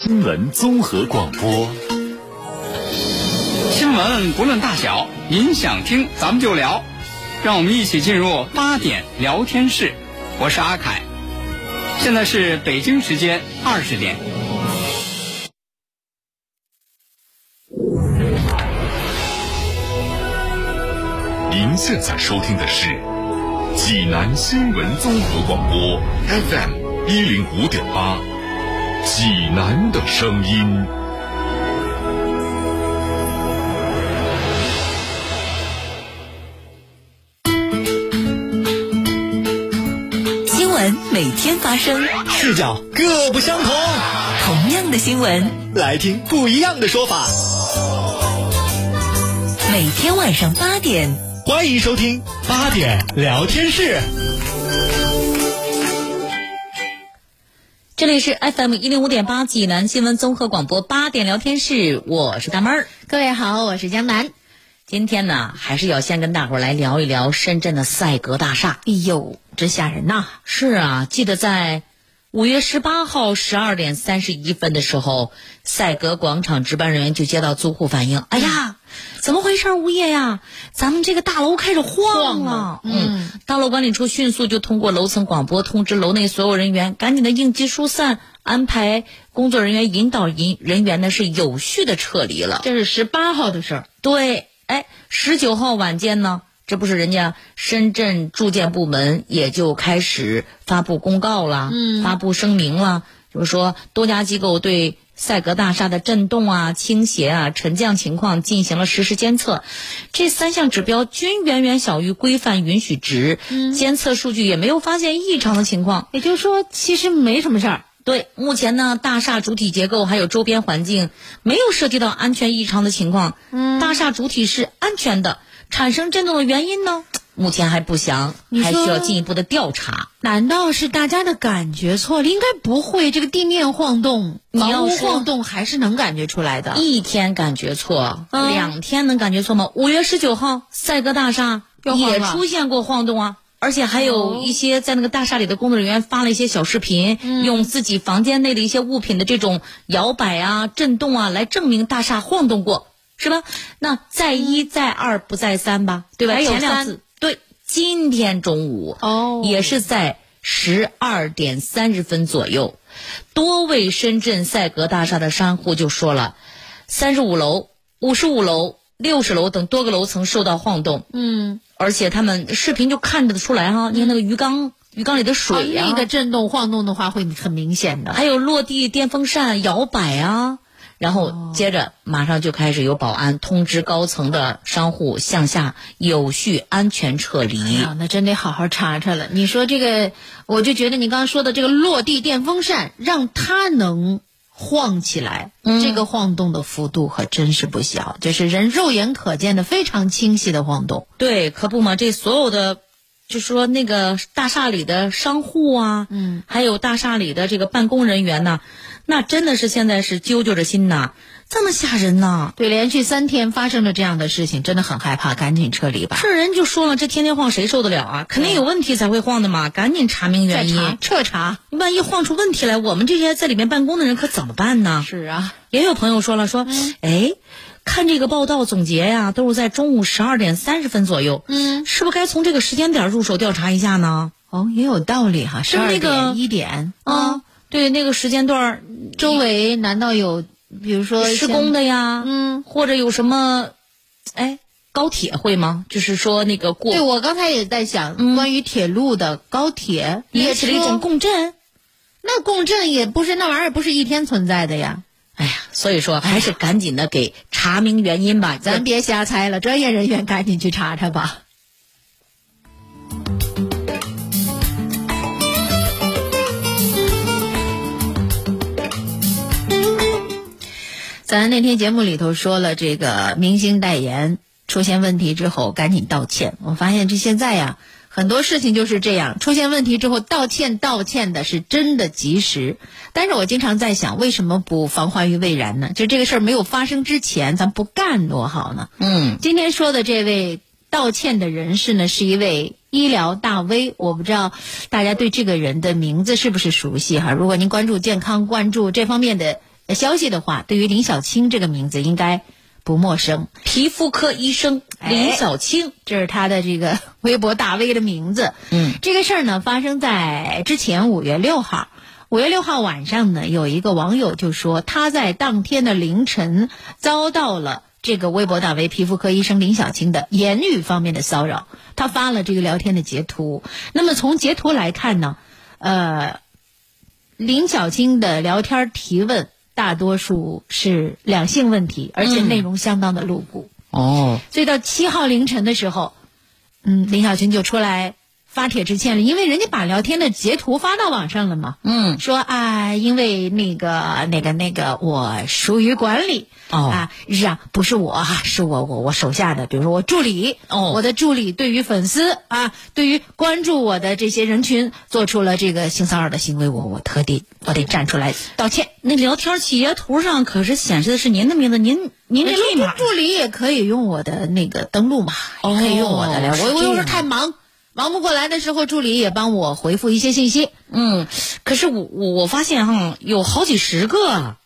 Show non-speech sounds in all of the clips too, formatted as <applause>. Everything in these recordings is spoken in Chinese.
新闻综合广播，新闻不论大小，您想听咱们就聊，让我们一起进入八点聊天室，我是阿凯，现在是北京时间二十点。您现在收听的是济南新闻综合广播 FM 一零五点八，济南的声音。新闻每天发生，视角各不相同，同样的新闻来听不一样的说法。每天晚上八点。欢迎收听八点聊天室。这里是 FM 一零五点八济南新闻综合广播八点聊天室，我是大妹儿。各位好，我是江南。今天呢，还是要先跟大伙儿来聊一聊深圳的赛格大厦。哎呦，真吓人呐！是啊，记得在五月十八号十二点三十一分的时候，赛格广场值班人员就接到租户反映：“哎呀，怎么回事？物业呀，咱们这个大楼开始晃了。晃了嗯，大楼管理处迅速就通过楼层广播通知楼内所有人员，赶紧的应急疏散，安排工作人员引导人人员呢是有序的撤离了。这是十八号的事儿。对，哎，十九号晚间呢，这不是人家深圳住建部门也就开始发布公告啦，嗯发布声明啦，就是说多家机构对赛格大厦的震动啊、倾斜啊、沉降情况进行了实时监测，这三项指标均远远小于规范允许值，监测数据也没有发现异常的情况。也就是说，其实没什么事儿。对，目前呢，大厦主体结构还有周边环境没有涉及到安全异常的情况，嗯大厦主体是安全的。产生震动的原因呢，目前还不详，你还需说要进一步的调查。难道是大家的感觉错了？应该不会，这个地面晃动、你要房屋说晃动还是能感觉出来的。一天感觉错，嗯两天能感觉错吗？五月十九号，赛格大厦又晃也了出现过晃动啊。而且还有哦一些在那个大厦里的工作人员发了一些小视频，嗯用自己房间内的一些物品的这种摇摆啊、震动啊，来证明大厦晃动过，是吧？那在一在二不在三吧，对吧？还有前两三次对，今天中午哦也是在十二点三十分左右，多位深圳赛格大厦的商户就说了，三十五楼、五十五楼、六十楼等多个楼层受到晃动，嗯，而且他们视频就看得出来哈、你看那个鱼缸、鱼缸里的啊哎水呀、嗯那个震动晃动的话会很明显的。还有落地电风扇摇摆啊。然哦后接着马上就开始有保安通知高层的商户向下有序安全撤离。啊，那真得好好查查了。你说这个，我就觉得你刚刚说的这个落地电风扇，让它能晃起来，这个晃动的幅度可真是不小，就是人肉眼可见的非常清晰的晃动。对，可不嘛，这所有的，就说那个大厦里的商户啊，嗯，还有大厦里的这个办公人员呐、那真的是现在是揪揪着心呐，这么吓人呐、对，连续三天发生了这样的事情，真的很害怕，赶紧撤离吧。这人就说了，这天天晃谁受得了啊？肯定有问题才会晃的嘛，赶紧查明再原查因。彻查。万一晃出问题来，我们这些在里面办公的人可怎么办呢？是啊，也有朋友说了，说，嗯哎，看这个报道总结呀、都是在中午十二点三十分左右，嗯，是不是该从这个时间点入手调查一下呢？哦，也有道理哈，是是不是那个一点啊，啊，对，那个时间段儿周围难道有，比如说施工的，的呀，嗯，或者有什么，哎，高铁会吗？就是说那个过对，我刚才也在想，嗯关于铁路的、高铁、引列起了一种车，共振。那共振也不是那玩意儿，不是一天存在的呀。哎呀，所以说还是赶紧的给查明原因吧。咱别瞎猜了，专业人员赶紧去查查吧。咱那天节目里头说了，这个明星代言出现问题之后赶紧道歉。我发现这现在呀，很多事情就是这样，出现问题之后道歉，道歉的是真的及时。但是我经常在想，为什么不防患于未然呢？就这个事儿没有发生之前，咱不干多好呢？嗯，今天说的这位道歉的人士呢，是一位医疗大 V。我不知道大家对这个人的名字是不是熟悉哈？如果您关注健康、关注这方面的。呃的消息的话，对于林小青这个名字应该不陌生。皮肤科医生哎林小青，这是他的这个 <laughs> 微博大 V 的名字。嗯，这个事儿呢发生在之前五月六号。五月六号晚上呢，有一个网友就说他在当天的凌晨遭到了这个微博大 V 皮肤科医生林小青的 <laughs> 言语方面的骚扰。他发了这个聊天的截图。那么从截图来看呢，呃，林小青的聊天提问大多数是两性问题，而且内容相当的露骨。哦，所以到七号凌晨的时候，嗯，林小军就出来发帖致歉了，因为人家把聊天的截图发到网上了嘛，嗯，说啊，因为那个那个那个，我疏于管理。哦啊，是啊，不是我，啊，是我我我手下的，比如说我助理，哦我的助理对于粉丝啊，对于关注我的这些人群，做出了这个性骚扰的行为，我我特地我得站出来道歉。那聊天截图上可是显示的是您的名字，您您这助密码助理也可以用我的那个登录嘛，也可以用我的来。哦是我我这有时候样太忙，忙不过来的时候，助理也帮我回复一些信息。嗯，可是我我我发现哈，有好几十 <laughs> 个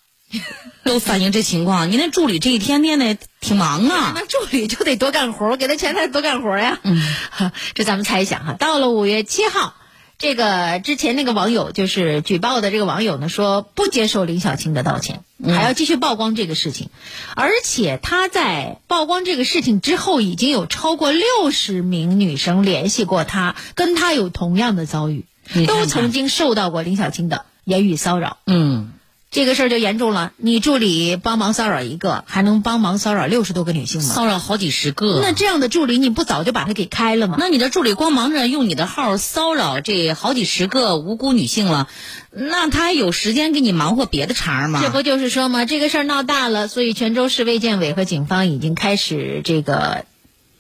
都反映这情况。您那助理这一天天的挺忙啊。那助理就得多干活， <laughs> 我给他钱他多干活呀。嗯， <laughs> 这咱们猜想哈。到了五月七号，这个之前那个网友就是举报的这个网友呢，说不接受林小青的道歉，嗯还要继续曝光这个事情，而且他在曝光这个事情之后，已经有超过六十名女生联系过他，跟他有同样的遭遇你，看都看曾经受到过林小青的言语骚扰。嗯，这个事儿就严重了，你助理帮忙骚扰一个，还能帮忙骚扰六十多个女性吗？骚扰好几十个。那这样的助理，你不早就把他给开了吗？那你的助理光忙着用你的号骚扰这好几十个无辜女性了，那他还有时间给你忙活别的茬儿吗？这不就是说嘛，这个事儿闹大了，所以泉州市卫健委和警方已经开始这个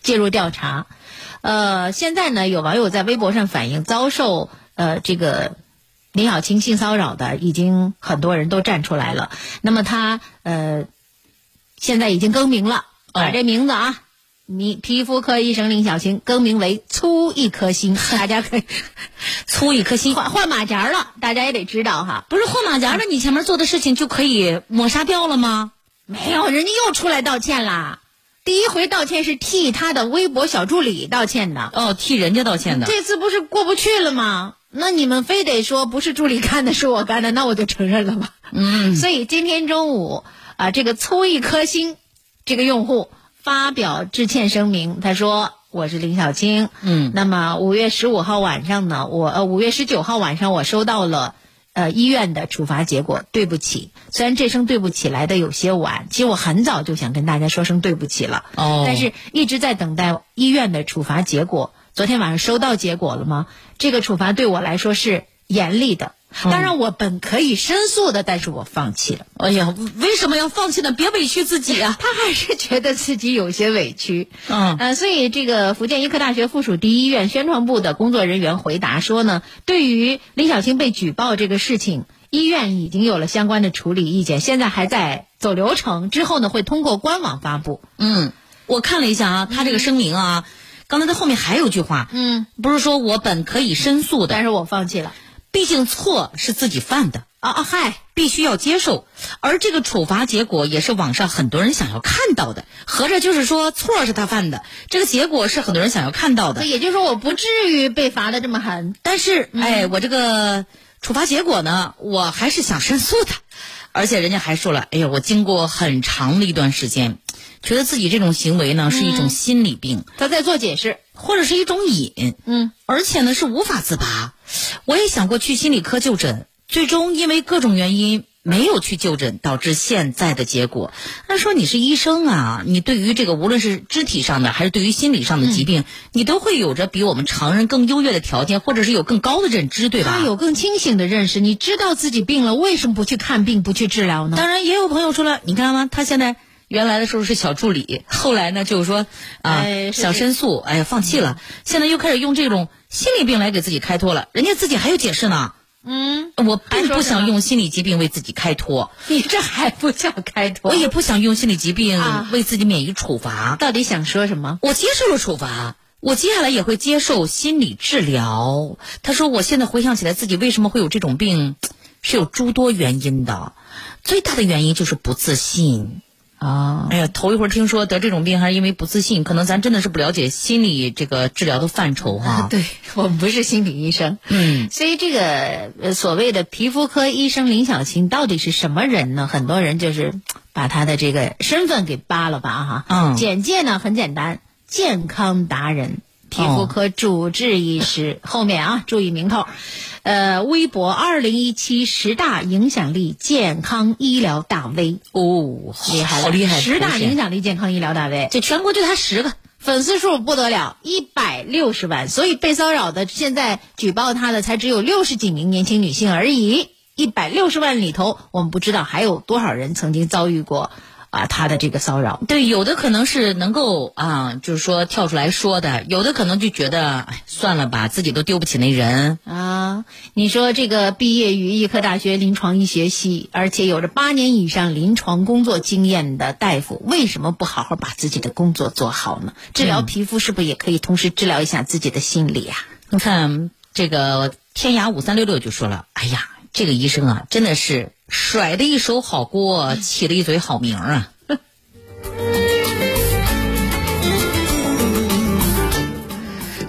介入调查。呃，现在呢，有网友在微博上反映，遭受呃这个林小青性骚扰的，已经很多人都站出来了。那么他呃现在已经更名了，把这名字啊。你皮肤科医生林小青更名为粗一颗心，大家可以 <laughs> 粗一颗心，换换马甲了，大家也得知道哈。不是换马甲，那你前面做的事情就可以抹杀掉了吗？没有，哎人家又出来道歉啦。第一回道歉是替他的微博小助理道歉的，哦，替人家道歉的。这次不是过不去了吗？那你们非得说不是助理干的，是我干的，那我就承认了吧。嗯， <laughs> 所以今天中午啊，这个粗一颗心这个用户发表致歉声明，他说。我是林小青，嗯那么五月十五号晚上呢，我呃五月十九号晚上我收到了呃医院的处罚结果，对不起。虽然这声对不起来的有些晚，其实我很早就想跟大家说声对不起了，哦但是一直在等待医院的处罚结果。昨天晚上收到结果了吗？这个处罚对我来说是严厉的，哦当然我本可以申诉的，但是我放弃了。哎呀，为什么要放弃呢？别委屈自己啊！他还是觉得自己有些委屈。嗯呃，所以这个福建医科大学附属第一医院宣传部的工作人员回答说呢，对于李小青被举报这个事情，医院已经有了相关的处理意见，现在还在走流程，之后呢会通过官网发布。嗯，我看了一下啊，他这个声明啊，刚才他后面还有句话，嗯，不是说我本可以申诉的，但是我放弃了。毕竟错是自己犯的啊啊嗨，必须要接受，而这个处罚结果也是网上很多人想要看到的，合着就是说错是他犯的，这个结果是很多人想要看到所的以，也就是说，我不至于被罚的这么狠。但是哎，我这个处罚结果呢，我还是想申诉的，而且人家还说了，哎呀，我经过很长的一段时间，觉得自己这种行为呢是一种心理病。他在做解释。或者是一种瘾，嗯，而且呢是无法自拔。我也想过去心理科就诊，最终因为各种原因没有去就诊，导致现在的结果。按说你是医生啊，你对于这个无论是肢体上的还是对于心理上的疾病，嗯你都会有着比我们常人更优越的条件，或者是有更高的认知，对吧？他有更清醒的认识，你知道自己病了，为什么不去看病，不去治疗呢？当然，也有朋友说了，你看吗？他现在原来的时候是小助理，后来呢就是说啊、哎是嗯想申诉，哎呀放弃了，现在又开始用这种心理病来给自己开脱了。人家自己还有解释呢，嗯，我还并说不什么想用心理疾病为自己开脱，你这还不叫开脱？我也不想用心理疾病啊为自己免于处罚。到底想说什么？我接受了处罚，我接下来也会接受心理治疗。他说，我现在回想起来自己为什么会有这种病，是有诸多原因的，最大的原因就是不自信。哦，哎呀，头一回听说得这种病还是因为不自信，可能咱真的是不了解心理这个治疗的范畴哈、对我们不是心理医生，啊嗯，所以这个呃所谓的皮肤科医生林小青到底是什么人呢？很多人就是嘖把他的这个身份给扒了扒哈。嗯简介呢很简单，健康达人。哦皮肤科主治医师，后面啊注意名头，呃，微博二零一七十大影响力健康医疗大 V，哦，厉害了，好厉害，十大头衔影响力健康医疗大 V，这全国就他十个，粉丝数不得了，一百六十万，所以被骚扰的现在举报他的才只有六十几名年轻女性而已。一百六十万里头，我们不知道还有多少人曾经遭遇过啊他的这个骚扰。对，有的可能是能够啊，就是说跳出来说的，有的可能就觉得哎算了吧，自己都丢不起那人。啊，你说这个毕业于医科大学临床医学系，而且有着八年以上临床工作经验的大夫，为什么不好好把自己的工作做好呢？治疗皮肤是不是也可以同时治疗一下自己的心理啊？你看这个天涯五三六六就说了，哎呀，这个医生啊，真的是甩的一手好锅，起了一嘴好名儿啊。 <laughs>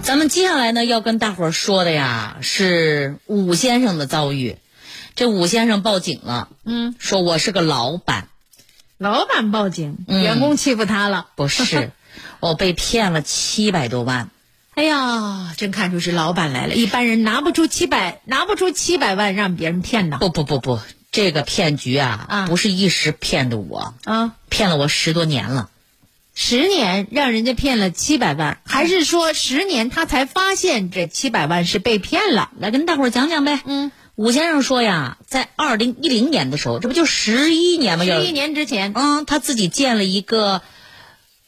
咱们接下来呢要跟大伙儿说的呀，是武先生的遭遇。这武先生报警了，嗯，说我是个老板。老板报警，嗯员工欺负他了。不 <laughs> 是，我被骗了七百多万。哎呀，真看出是老板来了，一般人拿不出七百，拿不出七百万让别人骗的不不不不，这个骗局啊，啊不是一时骗的我，啊！骗了我十多年了。十年让人家骗了七百万，还是说十年他才发现这七百万是被骗了？来跟大伙儿讲讲呗。嗯，武先生说呀，在二零一零年的时候，这不就十一年吗？十一要年之前，嗯，他自己建了一个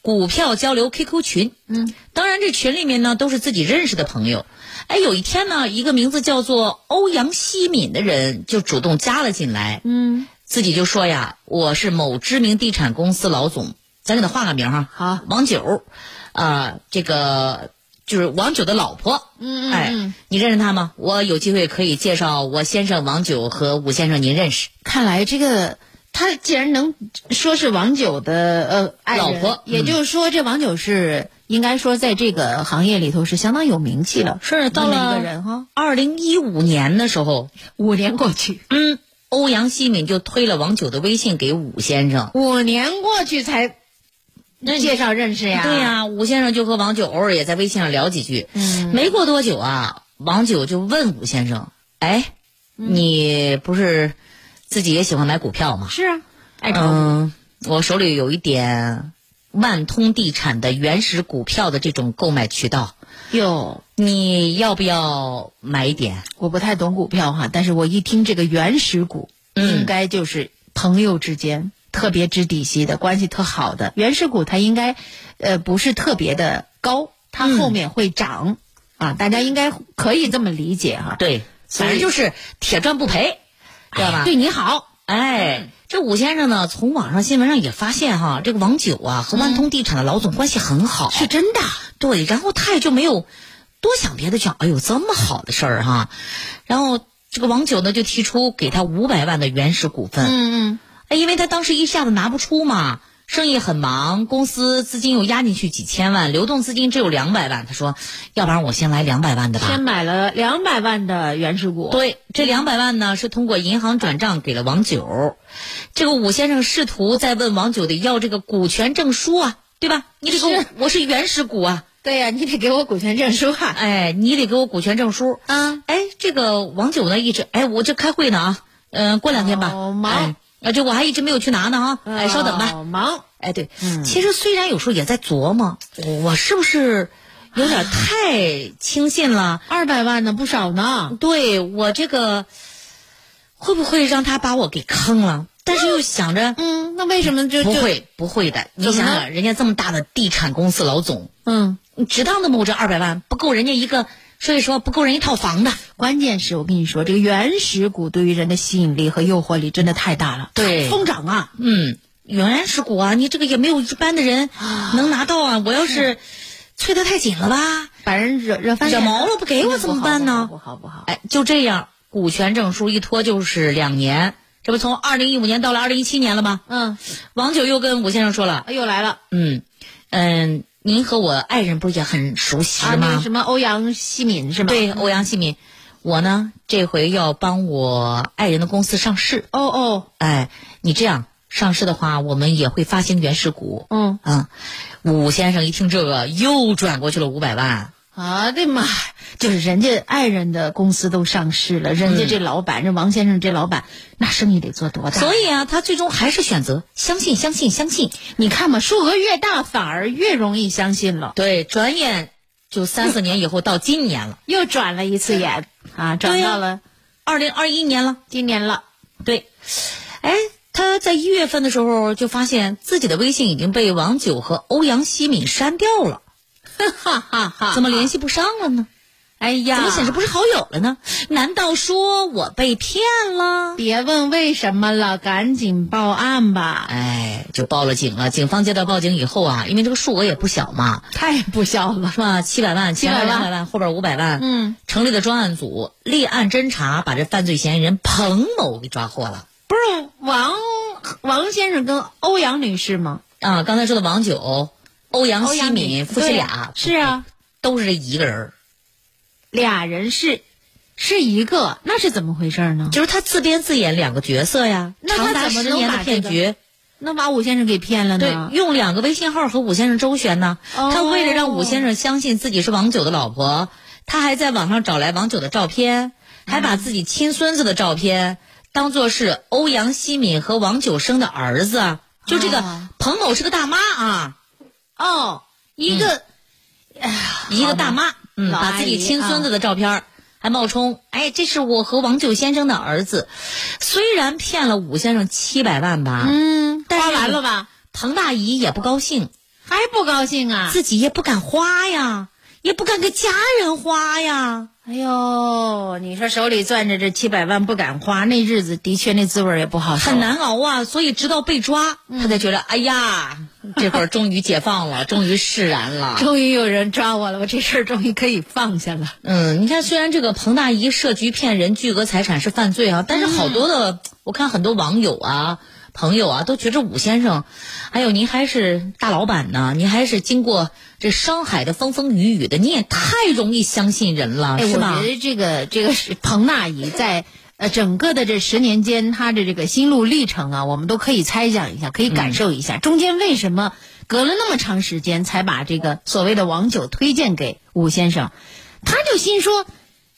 股票交流 QQ 群。嗯，当然这群里面呢都是自己认识的朋友。哎，有一天呢，一个名字叫做欧阳希敏的人就主动加了进来。嗯，自己就说呀，我是某知名地产公司老总，咱给他换个名哈，好王九，啊、这个就是王九的老婆，嗯嗯哎嗯，你认识他吗？我有机会可以介绍我先生王九和武先生您认识，看来这个他既然能说是王九的呃爱人老婆也就是说这王九是应该说在这个行业里头是相当有名气了，是那到么了一个人哈，二零一五年的时候，五年过去，嗯，欧阳希敏就推了王九的微信给武先生，五年过去才那你介绍认识呀？对呀、武先生就和王九偶尔也在微信上聊几句。嗯没过多久啊，王九就问武先生：“哎，嗯你不是自己也喜欢买股票吗是啊，？”爱炒股、嗯，我手里有一点万通地产的原始股票的这种购买渠道，哟。你要不要买一点？我不太懂股票哈，但是我一听这个原始股，嗯应该就是朋友之间特别知底细的关系特好的原始股，它应该呃不是特别的高，它嗯后面会涨、啊，大家应该可以这么理解哈。对，所以反正就是铁赚不赔，知道吧？对你好，哎，嗯这武先生呢，从网上新闻上也发现哈，这个王九啊和万通地产的老总关系很好，嗯是真的。对，然后他也就没有多想别的，就想哎呦这么好的事儿、哈，然后这个王九呢就提出给他五百万的原始股份，嗯嗯，哎，因为他当时一下子拿不出嘛，生意很忙，公司资金又压进去几千万，流动资金只有两百万，他说，要不然我先来两百万的吧，先买了两百万的原始股，对，这两百万呢是通过银行转账给了王九。这个武先生试图在问王九得要这个股权证书啊，对吧？你得给我是，我是原始股啊，对呀、你得给我股权证书啊。哎，你得给我股权证书。啊，哎，这个王九呢一直，哎，我这开会呢啊，嗯、过两天吧，好哦忙嗯哎啊，这我还一直没有去拿呢啊，哎，稍等吧，好忙。哎，对，嗯其实虽然有时候也在琢磨，我是不是有点太轻信了？二百万呢，不少呢。对我这个会不会让他把我给坑了？但是又想着、嗯，那为什么就不就会不会的，你怎么想了想人家这么大的地产公司老总，嗯？你值当的吗？我这二百万不够人家一个，所以说不够人一套房的。关键是我跟你说，这个原始股对于人的吸引力和诱惑力真的太大了，对疯涨啊！嗯，原始股啊，你这个也没有一般的人能拿到啊。我要是催得太紧了吧，把人惹惹翻惹脸毛了不给我怎么办呢不好不好不好，哎，就这样，股权证书一拖就是两年，这不从二零一五年到了二零一七年了吗？嗯，王九又跟吴先生说了，啊又来了嗯嗯，您和我爱人不是也很熟悉啊，那个吗？什么欧阳希敏是吗？对，欧阳希敏，我呢这回要帮我爱人的公司上市。哦哦，哎，你这样上市的话，我们也会发行原始股。嗯啊，武先生一听这个，又转过去了五百万。啊的妈，就是人家爱人的公司都上市嗯了，人家这老板，这王先生这老板，那生意得做多大？所以啊，他最终还是选择相信，相信，相信。你看嘛，数额越大，反而越容易相信了。对，转眼就三四年以后到今年了，又转了一次 <laughs> 眼啊，转对呀到了二零二一年了。今年了。对，哎，他在一月份的时候就发现自己的微信已经被王九和欧阳希敏删掉了，哈啊哈哈！怎么联系不上了呢？哎呀，怎么显示不是好友了呢？难道说我被骗了？别问为什么了，赶紧报案吧！哎，就报了警了。警方接到报警以后啊，因为这个数额也不小嘛，太不孝了。是吧？啊七百万，前面700两万百万，后边五百万。嗯，成立了专案组，立案侦查，把这犯罪嫌疑人彭某给抓获了。不是王王先生跟欧阳女士吗？啊，刚才说的王九、欧阳欧希阳敏敏夫妻对俩，是啊，都是这一个人儿。俩人是是一个，那是怎么回事呢？就是他自编自演两个角色呀，那他长达怎么十能年的把骗这个局。那把武先生给骗了对呢，？用两个微信号和武先生周旋呢。哦他为了让武先生相信自己是王九的老婆，他还在网上找来王九的照片，还嗯把自己亲孙子的照片当做是欧阳希敏和王九生的儿子。就这个啊彭某是个大妈啊，哦，一个哎一个大妈，嗯，老把阿自己姨啊亲孙子的照片儿还冒充，哎，这是我和王九先生的儿子。虽然骗了武先生七百万吧，嗯，但是花完了吧？彭大姨也不高兴，还不高兴啊？自己也不敢花呀，也不敢给家人花呀。哎呦，你说手里攥着这七百万不敢花，那日子的确那滋味儿也不好受，很难熬啊，所以直到被抓，嗯他才觉得，哎呀，这会儿终于解放 <laughs> 了，终于释然了。终于有人抓我了，我这事儿终于可以放下了。嗯，你看，虽然这个彭大姨设局骗人、巨额财产是犯罪嗯啊，但是好多的，我看很多网友啊、朋友啊，都觉着武先生，哎呦，您还是大老板呢，您还是经过这商海的风风雨雨的，你也太容易相信人了，哎，是我吧？觉得这个这个是彭大姨在呃整个的这十年间，她的这个心路历程啊，我们都可以猜想一下，可以感受一下，中间为什么隔了那么长时间才把这个所谓的王九推荐给武先生，他就心说，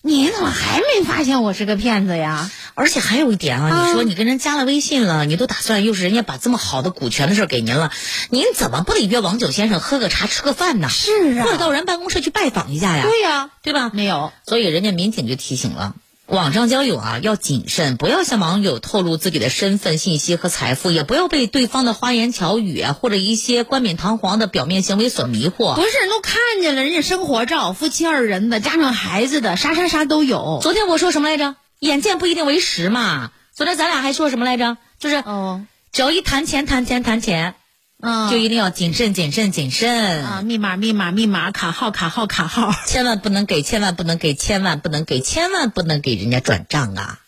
你怎么还没发现我是个骗子呀？而且还有一点啊，啊你说你跟人加了微信了，你都打算又是人家把这么好的股权的事儿给您了，您怎么不得约王九先生喝个茶、吃个饭呢？是啊或者到人办公室去拜访一下呀，对呀、对吧？没有，所以人家民警就提醒了。网上交友啊，要谨慎，不要向网友透露自己的身份信息和财富，也不要被对方的花言巧语啊，或者一些冠冕堂皇的表面行为所迷惑。不是人都看见了，人家生活照，夫妻二人的，加上孩子的，啥啥啥都有。昨天我说什么来着？眼见不一定为实嘛。昨天咱俩还说什么来着？就是哦，只要一谈钱，谈钱，谈钱，嗯，就一定要谨慎、谨慎、谨慎，啊，密码密码密码，卡号卡号卡号。千万不能给，千万不能给，千万不能给，千万不能给人家转账啊！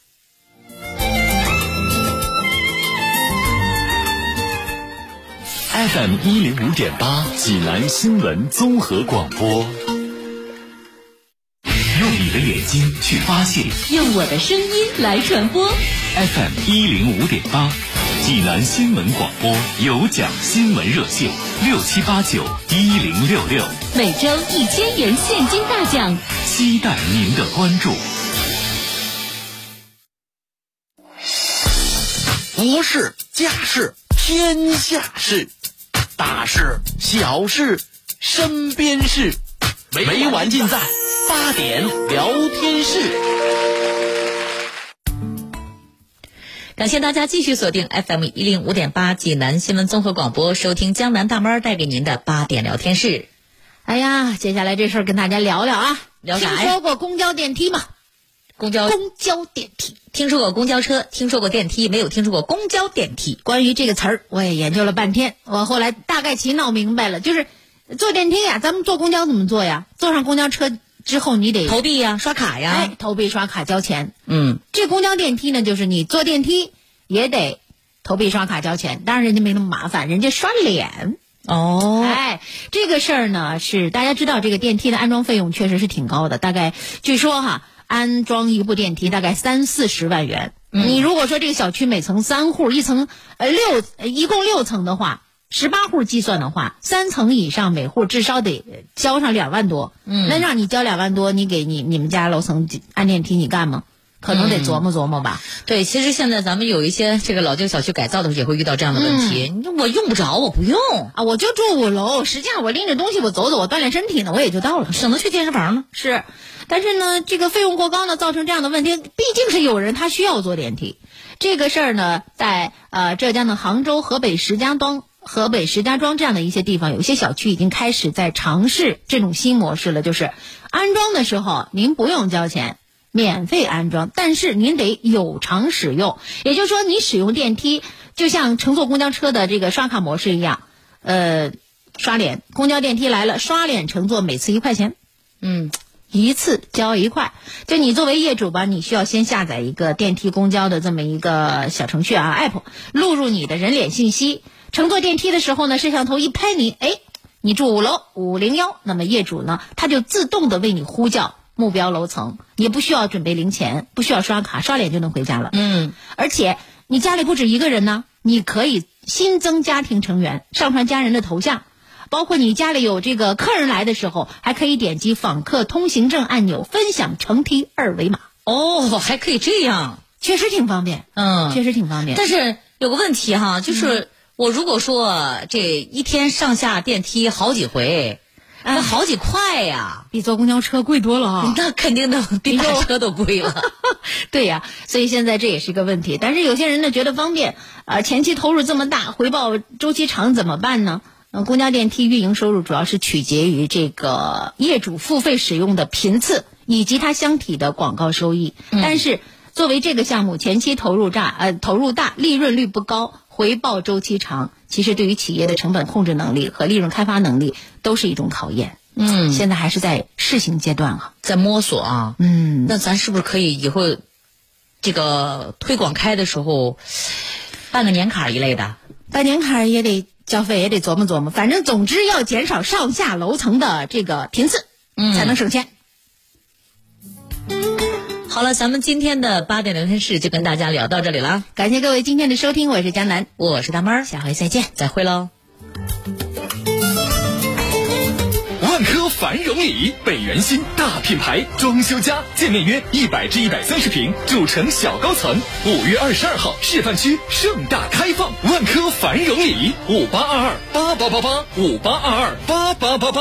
FM 一零五点八，济南新闻综合广播。用你的眼睛去发现用我的声音来传播。 FM 一零五点八，济南新闻广播有奖新闻热线六七八九一零六六，每周一千元现金大奖。期待您的关注。国事、家事、天下事，大事、小事、身边事，每晚尽在八点聊天室。感谢大家继续锁定 FM 一零五点八济南新闻综合广播，收听江南大妈儿带给您的八点聊天室。哎呀，接下来这事儿跟大家聊聊啊，聊啥呀听说过公交电梯吗？公交公交电梯，听说过公交车，听说过电梯，没有听说过公交电梯。关于这个词儿，我也研究了半天。我后来大概其闹明白了，就是坐电梯呀、咱们坐公交怎么坐呀？坐上公交车之后你得投币呀、刷卡呀，哎投币刷卡交钱。嗯，这公交电梯呢，就是你坐电梯也得投币刷卡交钱，当然人家没那么麻烦，人家刷脸。哦，哎，这个事儿呢是大家知道，这个电梯的安装费用确实是挺高的，大概据说哈，安装一部电梯大概三四十万元。你如果说这个小区每层三户，一层呃六呃一共六层的话，十八户计算的话，三层以上每户至少得呃交上两万多。嗯，那让你交两万多，你给你你们家楼层安电梯，你干吗？可能得琢磨琢磨吧。对，其实现在咱们有一些这个老旧小区改造的时候也会遇到这样的问题，你我用不着，我不用，啊，我就住五楼，实际上我拎着东西我走走，我锻炼身体呢，我也就到了。省得去健身房呢。是，但是呢，这个费用过高呢，造成这样的问题，毕竟是有人他需要坐电梯。这个事儿呢，在呃浙江的杭州、河北石家庄、河北石家庄这样的一些地方，有些小区已经开始在尝试这种新模式了，就是安装的时候您不用交钱。免费安装，但是您得有偿使用，也就是说，你使用电梯就像乘坐公交车的这个刷卡模式一样，呃，刷脸，公交电梯来了，刷脸乘坐，每次一块钱。一次交一块。就你作为业主吧，你需要先下载一个电梯公交的这么一个小程序啊 app，录入你的人脸信息。乘坐电梯的时候呢，摄像头一拍你，哎，你住五楼五零幺，那么业主呢，他就自动的为你呼叫目标楼层，也不需要准备零钱，不需要刷卡，刷脸就能回家了。嗯，而且你家里不止一个人呢，你可以新增家庭成员，上传家人的头像，包括你家里有这个客人来的时候，还可以点击访客通行证按钮，分享乘梯二维码，哦，还可以这样，确实挺方便，嗯。确实挺方便。但是有个问题哈，就是我如果说这一天上下电梯好几回，那好几块呀、比坐公交车贵多了啊！那肯定的 <laughs> 比打车都贵了。对呀、所以现在这也是一个问题。但是有些人呢觉得方便，呃，前期投入这么大，回报周期长怎么办呢？呃，公交电梯运营收入主要是取决于这个业主付费使用的频次以及它相体的广告收益。但是作为这个项目，前期投入大，呃，投入大，利润率不高，回报周期长，其实对于企业的成本控制能力和利润开发能力都是一种考验。嗯，现在还是在试行阶段啊。在摸索啊，嗯。那咱是不是可以以后这个推广开的时候办个年卡一类的？办年卡也得交费，也得琢磨琢磨。反正总之要减少上下楼层的这个频次，嗯，才能省钱。好了，咱们今天的八点聊天室就跟大家聊到这里了，感谢各位今天的收听，我是江南，我是大妹儿，下回再见，再会喽。万科繁荣里，北园新大品牌装修家，建面约一百至一百三十平，主城小高层。五月二十二号，示范区盛大开放。万科繁荣里，五八二二八八八八，五八二二八八八八。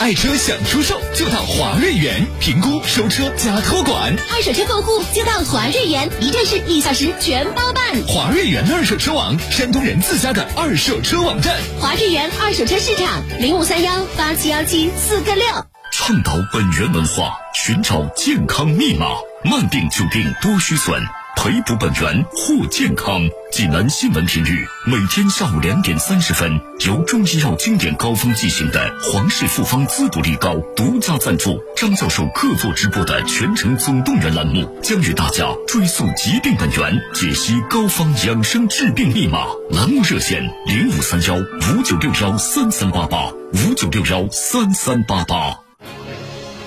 爱车想出售就到华瑞源评估收车加托管。二手车购互就到华瑞源，一站式一小时全包办。华瑞源二手车网，山东人自家的二手车网站。华瑞源二手车市场零五三幺八七幺七四个六。倡导本源文化，寻找健康密码。慢病久病多虚损，培补本源护健康。济南新闻频率每天下午两点三十分，由中医药经典膏方进行的皇氏复方滋补力膏独家赞助，张教授客座直播的全程总动员栏目，将与大家追溯疾病本源，解析膏方养生治病密码。栏目热线零五三幺五九六幺三三八八五九六幺三三八八。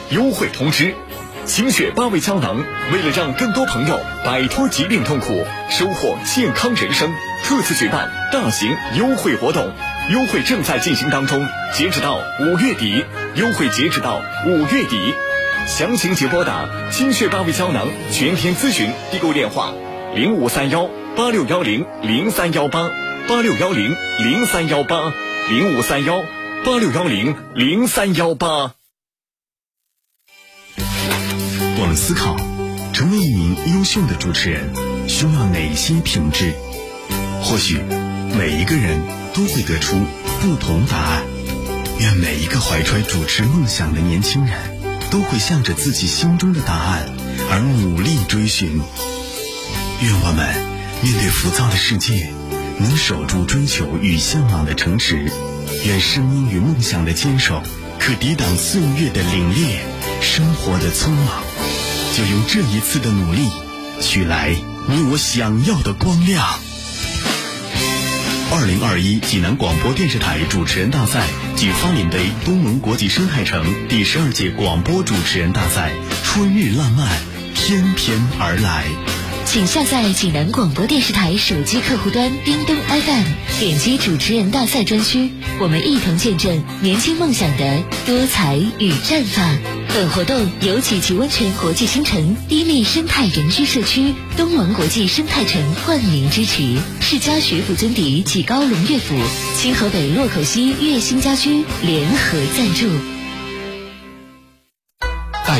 优惠通知：清血八味胶囊，为了让更多朋友摆脱疾病痛苦，收获健康人生，特此举办大型优惠活动，优惠正在进行当中，截止到五月底，优惠截止到五月底，详情请拨打清血八味胶囊全天咨询订购电话零五三幺八六幺零零三幺八八六幺零零三幺八零五三幺八六幺零零三幺八。广思考，成为一名优秀的主持人需要哪些品质？或许每一个人都会得出不同答案。愿每一个怀揣主持梦想的年轻人，都会向着自己心中的答案而努力追寻。愿我们面对浮躁的世界，能守住追求与向往的城池；愿声音与梦想的坚守，可抵挡岁月的凛冽，生活的匆忙。就用这一次的努力，取来你我想要的光亮。二零二一济南广播电视台主持人大赛暨发联杯东盟国际生态城第十二届广播主持人大赛春日烂漫翩翩而来。请下载济南广播电视台手机客户端叮咚 FM，点击主持人大赛专区，我们一同见证年轻梦想的多彩与绽放。本活动由济济温泉国际新城低密生态人居社区、东盟国际生态城冠名支持，世家学府尊邸济高龙悦府、清河北洛口西悦新家居联合赞助。大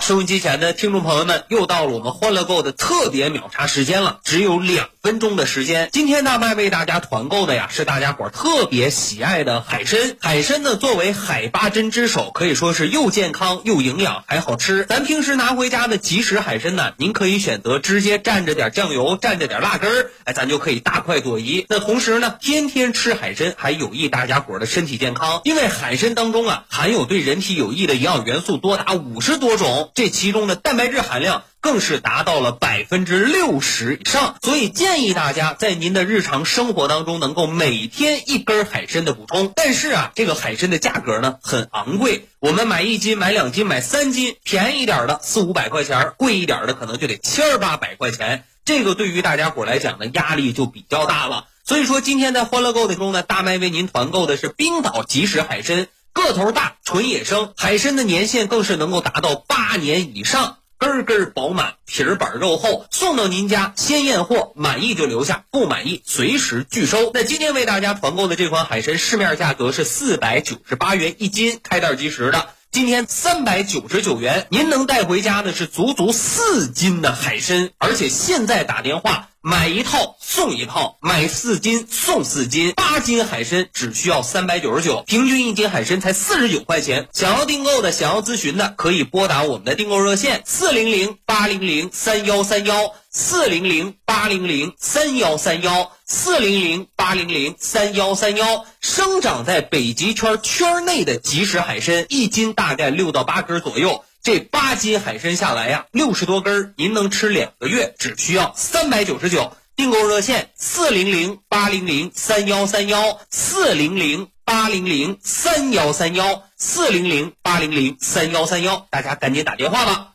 收音机前的听众朋友们，又到了我们欢乐购的特别秒杀时间了，只有两分钟的时间。今天大麦为大家团购的呀，是大家伙儿特别喜爱的海参。海参呢，作为海八珍之首，可以说是又健康又营养，还好吃。咱平时拿回家的即食海参呢，您可以选择直接蘸着点酱油，蘸着点辣根儿，哎，咱就可以大快朵颐。那同时呢，天天吃海参还有益大家伙儿的身体健康，因为海参当中啊含有对人体有益的营养元素多达五十多种。这其中的蛋白质含量更是达到了百分之六十以上，所以建议大家在您的日常生活当中能够每天一根海参的补充。但是啊，这个海参的价格呢很昂贵，我们买一斤、买两斤、买三斤，便宜一点的四五百块钱，贵一点的可能就得千八百块钱。这个对于大家伙来讲呢，压力就比较大了。所以说，今天在欢乐购的中呢，大麦为您团购的是冰岛即食海参。个头大，纯野生，海参的年限更是能够达到八年以上，根根饱满，皮儿板肉厚，送到您家先验货，满意就留下，不满意随时拒收。那今天为大家团购的这款海参，市面价格是四百九十八元一斤，开袋即食的。今天三百九十九元，您能带回家的是足足四斤的海参，而且现在打电话买一套送一套，买四斤送四斤，八斤海参只需要三百九十九，平均一斤海参才四十九块钱。想要订购的，想要咨询的，可以拨打我们的订购热线四零零八零零三幺三幺四零零八零零三幺三幺。四零零八零零三幺三幺，生长在北极圈圈内的即食海参，一斤大概六到八根左右。这八斤海参下来呀、六十多根，您能吃两个月，只需要三百九十九。订购热线：四零零八零零三幺三幺，四零零八零零三幺三幺，四零零八零零三幺三幺。大家赶紧打电话吧。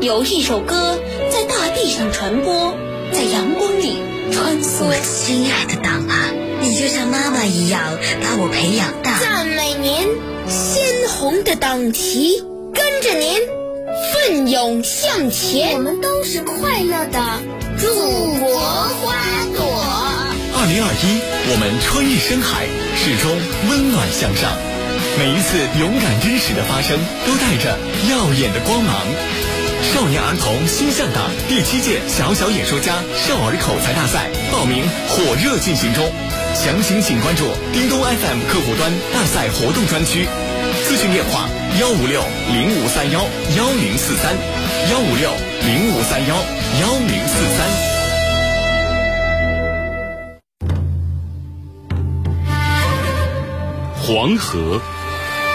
有一首歌在大地上传播，在阳光里穿梭。我亲爱的党啊，你就像妈妈一样把我培养大。赞美您，鲜红的党旗跟着您奋勇向前。我们都是快乐的祖国花朵。二零二一，我们穿越深海，始终温暖向上。每一次勇敢真实的发声，都带着耀眼的光芒。少年儿童新向党第七届小小演说家少儿口才大赛报名火热进行中，详情请关注叮咚 FM 客户端大赛活动专区，咨询电话幺五六零五三幺幺零四三幺五六零五三幺幺零四三。黄河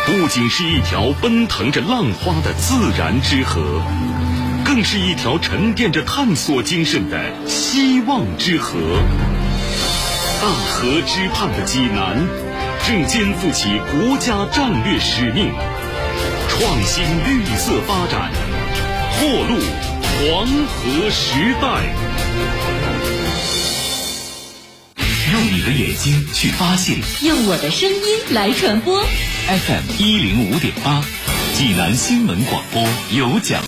不仅是一条奔腾着浪花的自然之河。更是一条沉淀着探索精神的希望之河。大河之畔的济南，正肩负起国家战略使命，创新绿色发展，过路黄河时代。用你的眼睛去发现，用我的声音来传播。 FM 一零五点八，济南新闻广播有奖。